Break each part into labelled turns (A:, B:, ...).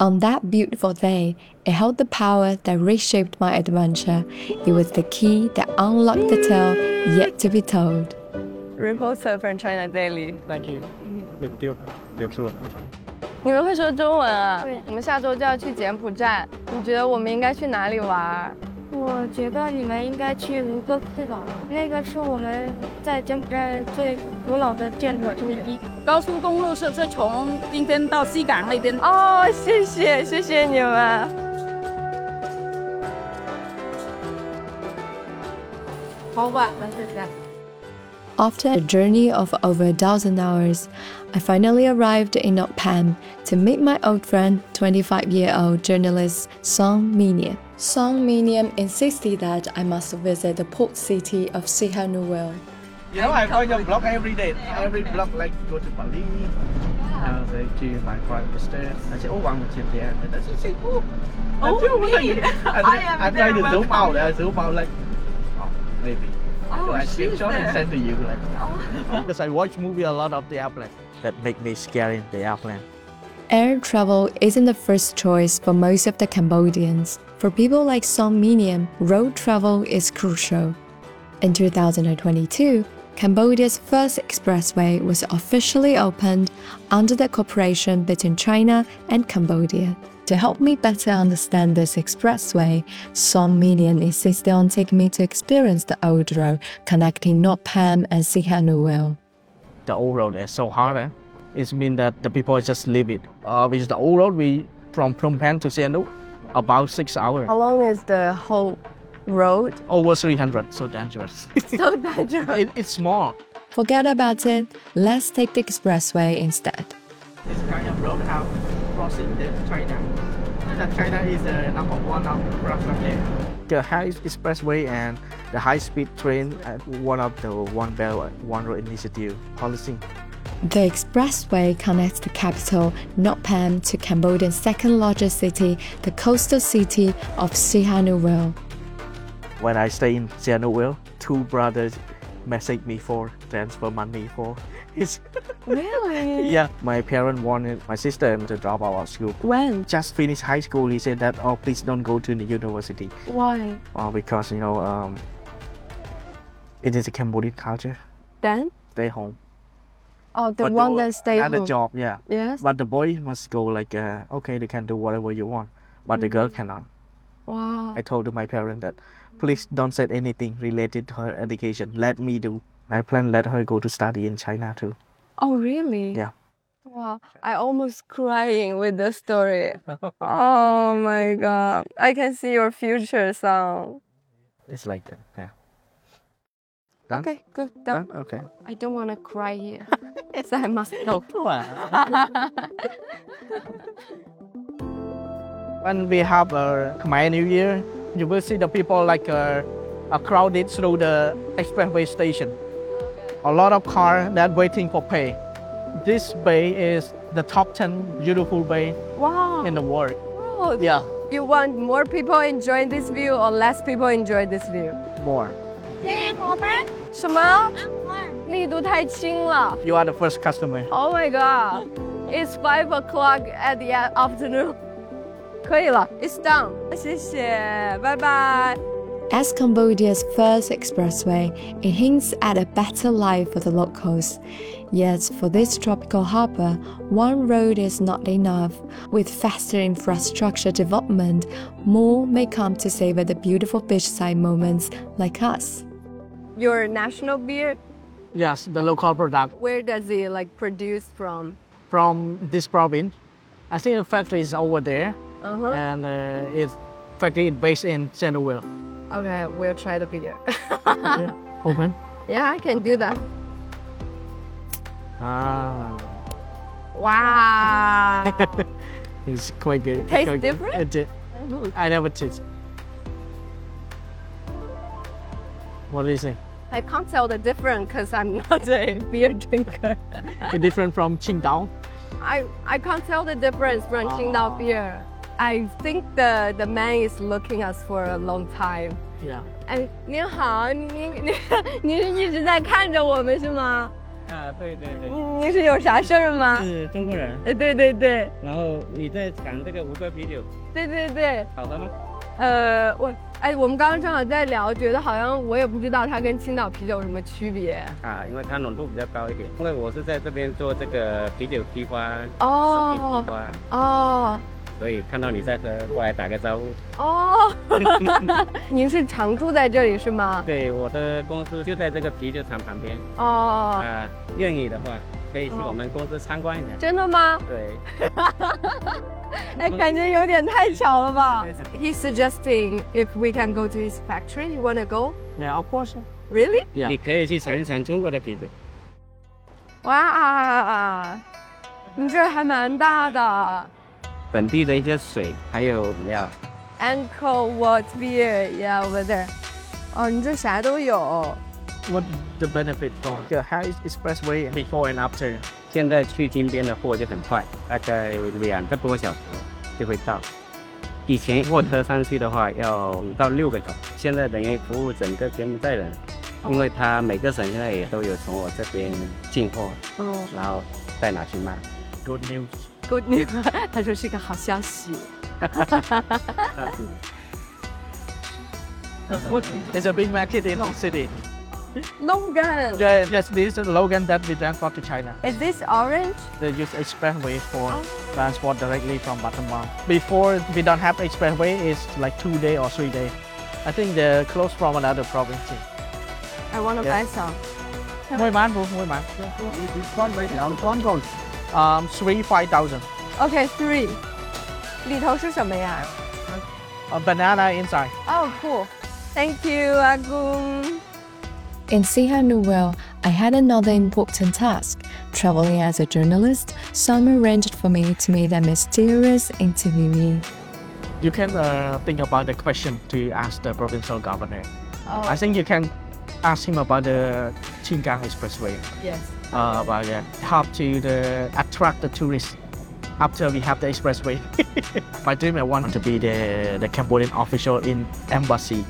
A: On that beautiful day, it held the power that reshaped my adventure. It was the key that unlocked the tale yet to be told.
B: Reporter from China Daily。
C: Thank you. Big deal. Big deal.
B: 你们会说中文啊
D: 对？
B: 我们下周就要去柬埔寨，你觉得我们应该去哪里玩？
D: 我觉得你们应该去卢沟库吧，那个是我们在柬埔寨最古老的建筑之一。
E: 高速公路是是从今天到西港那边。
B: 哦，Oh, 谢谢，谢谢你们。
E: 好晚了，现在。
A: After a journey of over a thousand hours, I finally arrived in Phnom Penh to meet my old friend, 25-year-old journalist Song Minion. Song Minion insisted that I must visit the port city of Sihanoukville.
C: You know, I go to blog every day. Every blog, like go to Bali. Uh, they do my prime minister. I say, oh, I'm a chip there. And I say, see, oh,
E: Oh,
C: I feel
E: me.
C: like- And
E: I
C: then
E: am
C: I'm trying
E: very
C: to zoom out.
E: welcome.
C: I zoom out like, oh, maybe.
E: Oh,
C: so I
E: she's
C: screenshot and
E: there. Oh.
C: send to you. Like, because I watch movie a lot of the airplane. That make me scared in the airplane.
A: Air travel isn't the first choice for most of the Cambodians. For people like Song Minion, road travel is crucial. In 2022, Cambodia's first expressway was officially opened under the cooperation between China and Cambodia. To help me better understand this expressway, Song Minion insisted on taking me to experience the old road connecting Phnom Penh and Sihanoukville.
C: the old road is so hard. Eh? It means that the people just leave it. Uh, which the old road we from Phnom Penh to Sihanouk about six hours,
B: How long is the whole road?
C: over 300. So dangerous.
B: So dangerous.
C: it, it's small.
A: Forget about it, let's take the expressway instead.
C: This kind of road how crossing the China. China is the number one of problem there. The high expressway and the high-speed train are one of the one belt one road initiative policy.
A: The expressway connects the capital, Phnom Penh, to Cambodia's second largest city, the coastal city of Sihanoukville.
C: when I stay in Sihanoukville, two brothers message me for transfer money for his.
B: Really?
C: yeah, my parents wanted my sister to drop out of school.
B: When?
C: Just finished high school, he said that oh please don't go to the university
B: Why?
C: uh, because you know um, it is a Cambodian culture.
B: Then?
C: Stay home.
B: Oh, the
C: But
B: one that stay
C: At the
B: home.
C: job, yeah.
B: Yes.
C: But the boy must go like uh, okay, they can do whatever you want, but
B: Mm.
C: the girl cannot.
B: Wow.
C: I told my parents that please don't say anything related to her education. Let me do. I plan let her go to study in China too.
B: Oh, really?
C: Yeah.
B: Wow. I almost crying with the story. oh my god. I can see your future song.
C: It's like that. Yeah. Done?
B: Okay, good.
C: Done? Okay.
B: I don't want to cry here. yes, I must go.
C: when we have a Khmer New Year, you will see the people like uh, are crowded through the expressway station. A lot of car that waiting for pay. This bay is the top 10 beautiful bay
B: Wow.
C: in the world.
B: Wow.
C: Yeah,
B: You want more people enjoy this view or less people enjoy this view？
C: more.
B: 什么？力度太轻了。
C: You are the first customer.
B: Oh my god, it's five o'clock at the afternoon. 可以了，It's done。谢谢，拜拜。
A: As Cambodia's first expressway, it hints at a better life for the locals. Yet, for this tropical harbour, one road is not enough. With faster infrastructure development, more may come to savour the beautiful beachside moments like us.
B: Your national beer,
C: Yes, the local product
B: where does it like produce from?
C: from this province. I think the factory is over there,
B: Uh huh.
C: and uh, it's factory is based in Sandwell.
B: Okay, we'll try the beer.
C: Open.
B: yeah, I can do that.
C: Ah,
B: Wow.
C: it's quite good.
B: Tastes
C: Quite good.
B: different?
C: It did. I never taste. What do you think?
B: I can't tell the difference because I'm not a beer drinker.
C: It's different from Qingdao.
B: I, I can't tell the difference from Qingdao beer. I think the, the man is looking us for a long time.
C: Yeah.
B: 哎，您好，您您您是一直在看着我们是吗？
F: 啊，对对对，
B: 你你是有啥事儿吗？
F: 是中国人。
B: 哎，对对对
F: 然后你在讲这个无歌啤酒
B: 对对对，
F: 好喝吗？
B: 呃，我哎，我们刚刚正好在聊，觉得好像我也不知道它跟青岛啤酒有什么区别
F: 啊，因为它浓度比较高一点。因为我是在这边做这个啤酒批发，食品
B: 哦
F: 批发，
B: 哦
F: 所以看到你在喝，过来打个招呼。
B: 哦， 您是常住在这里是吗？
F: 对，我的公司就在这个啤酒厂旁边
B: 哦，
F: 啊，愿意的话可以去我们公司参观一下。
B: 真的吗？
F: 对，
B: 哎，感觉有点太巧了吧？He's suggesting if we can go to his factory. You wanna go?
C: Yeah, of course.
B: Really?
F: 你可以去尝一尝中国的啤酒。
B: 哇，你这还蛮大的。
F: 本地的一些水，还有饮料。
B: Ankle what beer? Yeah, over there. 哦，你这啥都有。
C: What the benefit from the high expressway before and after?
F: 现在去金边的货就很快，大概两个多小时就会到。以前货车上去的话要五到六个小时，现在等于服务整个柬埔寨人，因为他每个省现在也都有从我这边进货，
B: 哦
F: 然后再拿去卖。
C: Good news.
B: ，Good news，他 说是个好消息。
C: It's a big market in the city.
B: Logan,
C: Yeah, yes, this is Logan that we transport to China.
B: is this orange?
C: They use expressway for transport directly from Battambang. Before we don't have expressway, it's like two day or three day. I think they're close from another province.
B: I wanna buy
C: Yeah.
B: some.
C: Mỗi bán bố, mỗi bán. Um, three five thousand.
B: Okay, three. 里头是什么呀？
C: A banana inside.
B: 哦，cool. Thank you, 阿公。
A: In Siha Noel, I had another important task. Traveling as a journalist, Sam arranged for me to meet a mysterious interviewee.
C: You can uh, think about the question to ask the provincial governor.
B: Oh.
C: I think you can ask him about the Qinggang Expressway.
B: Yes.
C: uh, about uh, how to the, attract the tourists after we have the expressway. My dream, I want to be the, the Cambodian official in embassy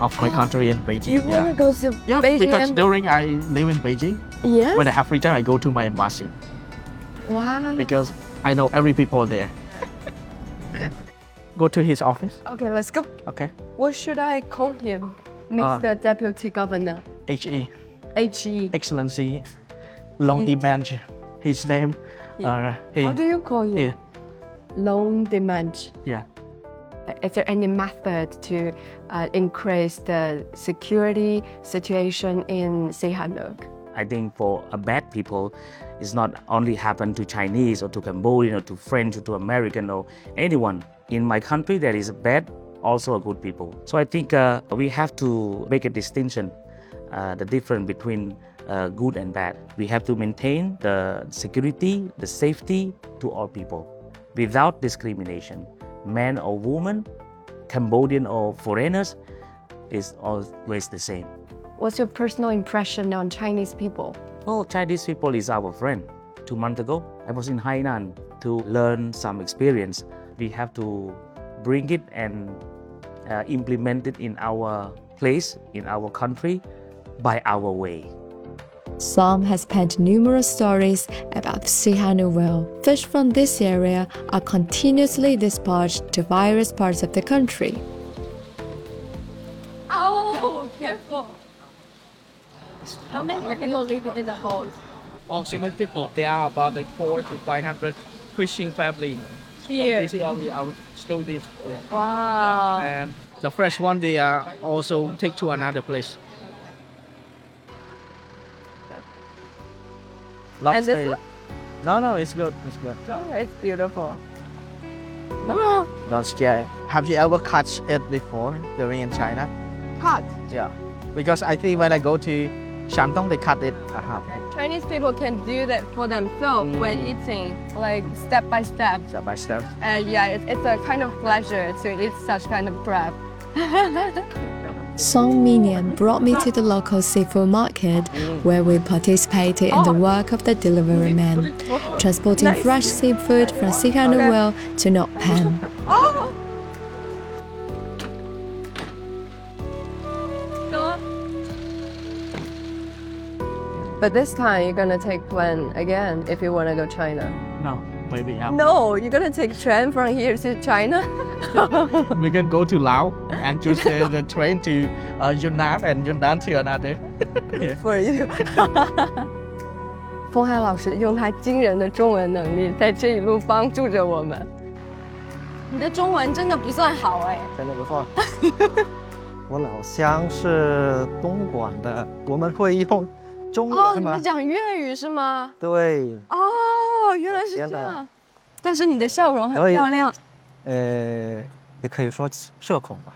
C: of my country in Beijing.
B: Oh. You wanna
C: yeah.
B: go to
C: Yeah,
B: Beijing?
C: because
B: and-
C: during I live in Beijing,
B: Yes.
C: when I have free time, I go to my embassy
B: Wow.
C: because I know every people there. go to his office,
B: Okay, let's go.
C: okay?
B: What should I call him?
C: Ah.
B: Mr. Deputy Governor. E.
C: HE,
B: H.E.
C: Excellency, Long Demand, his name. Uh, he,
B: How do you call him?
C: he,
B: Long demand.
C: yeah.
B: Is there any method to uh, increase the security situation in Sihanouk?
G: I think for a bad people, it's not only happen to Chinese or to Cambodian or to French or to American or anyone. In my country, there is bad, also a good people. So I think uh, we have to make a distinction, uh, the difference between uh, good and bad. We have to maintain the security, the safety to all people without discrimination, man or woman, Cambodian or foreigners, is always the same.
B: What's your personal impression on Chinese people?
G: Well, Oh, Chinese people is our friend. Two months ago, I was in Hainan to learn some experience. We have to bring it and uh, implement it in our place, in our country, by our way.
A: Sam has penned numerous stories about the Sihanouk whale. Fish from this area are continuously dispatched to various parts of the country.
E: Oh, careful. How many people live in the hole?
C: Oxygen people, there are about like four to five hundred Christian family.
E: Here.
C: This is only our students.
E: Wow.
C: And the fresh one, they are also take to another place.
B: And this one?
C: No, no, it's good. It's good.
B: Oh, it's beautiful.
C: Don't scare. Have you ever catch it before during in China?
B: Hot.
C: Yeah. Because I think when I go to Shandong, they cut it. Uh-huh.
B: Chinese people can do that for themselves when eating, like step by step.
C: Step by step.
B: And yeah, it's, it's a kind of pleasure to eat such kind of crab.
A: Song Minian brought me to the local seafood market where we participated in the work of the delivery man, transporting fresh seafood from Sihanouk whale to Nok Pen.
B: But this time you're gonna take plane again if you wanna go China.
C: No, maybe yeah.
B: No, you're gonna take train from here to China.
C: We can go to Laos and just uh, the train to uh, Yunnan and Yunnan to another.
B: for you 风海老师用他惊人的中文能力，在这一路帮助着我们。
E: 你的中文真的不算好哎。
H: 真的不错。 我老乡是东莞的，我们会用中
E: 哦，
H: 文
E: 你
H: 吗？
E: 们讲粤语是吗？
H: 对，
E: 哦，原来是
H: 天
E: 这
H: 哪
E: 样。但是你的笑容很
H: 所以
E: 漂亮。
C: Uh,
H: 呃，也可以说社恐吧。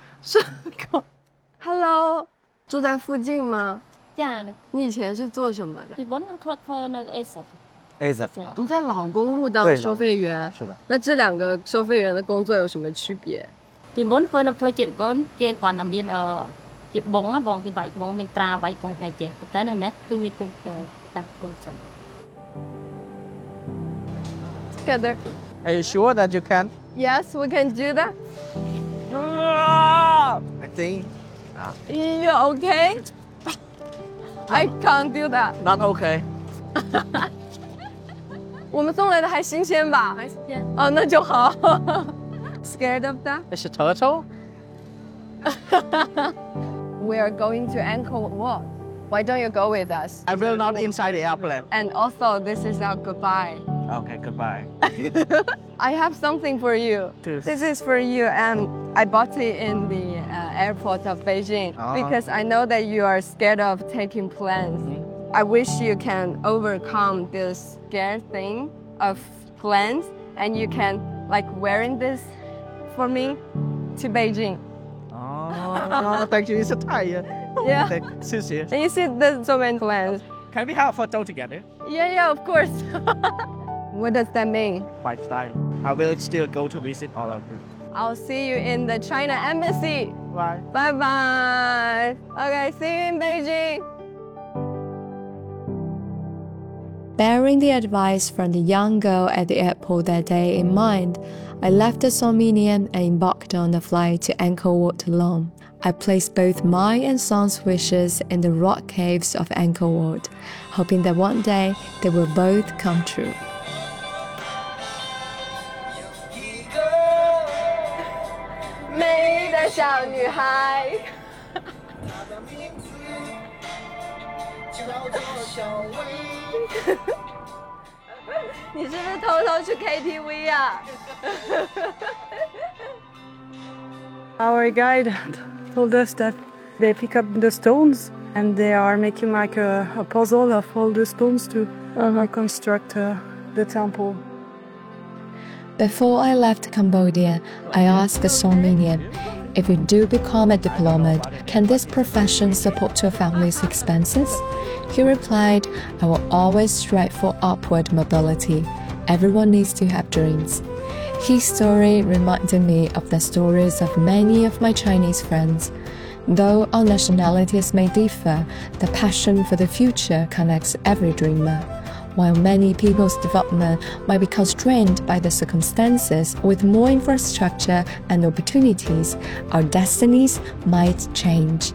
B: Hello，住在附近吗？
I: Yeah,
B: 你以前是做什么的？
I: the one o'clock corner is
H: A 字
B: 你在老公路当
H: 对
B: 收费员。
H: 是的，
B: 那这两个收费员的工作有什么区别？
I: the one corner project one get one million uh the bong bong the bike bong the tra bike bong the jet. But then I met two weeks ago. That's good.
B: Together.
C: Are you sure that you can?
B: Yes, we can do that.
H: I think
B: You okay? I can't do that.
C: Not okay.
B: 我们送来的还新鲜吧？还新鲜。哦，那就好。Scared of that?
C: It's a turtle.
B: We are going to Angkor Wat. Why don't you go with us?
C: I will not inside the airplane.
B: And also, this is our goodbye.
C: Okay, goodbye.
B: I have something for you.
C: Cheers.
B: This is for you, and I bought it in the uh, airport of Beijing
H: Ah.
B: because I know that you are scared of taking planes. I wish you can overcome this scare thing of planes, and you can like wearing this for me to Beijing.
C: Oh, thank you. It's a tire.
B: Yeah.
C: Thank- 谢谢.
B: And you see, there's so many planes.
C: Can we have a photo together?
B: Yeah, yeah, of course. what does that mean?
C: Quite time. I will still go to visit all of you.
B: I'll see you in the China embassy.
C: Bye.
B: Bye bye. Okay, see you in Beijing.
A: Bearing the advice from the young girl at the airport that day in mind, I left the Somnium and embarked on the flight to Angkor Wat alone. I placed both my and Song's wishes in the rock caves of Angkor Wat, hoping that one day they will both come true.
B: 啊
J: Our guide told us that they pick up the stones and they are making like a, a puzzle of all the stones to reconstruct uh, the temple.
A: Before I left Cambodia, I asked the Somnium, if you do become a diplomat, can this profession support your family's expenses? He replied, I will always strive for upward mobility. Everyone needs to have dreams. His story reminded me of the stories of many of my Chinese friends. Though our nationalities may differ, the passion for the future connects every dreamer. While many people's development might be constrained by the circumstances, with more infrastructure and opportunities, our destinies might change.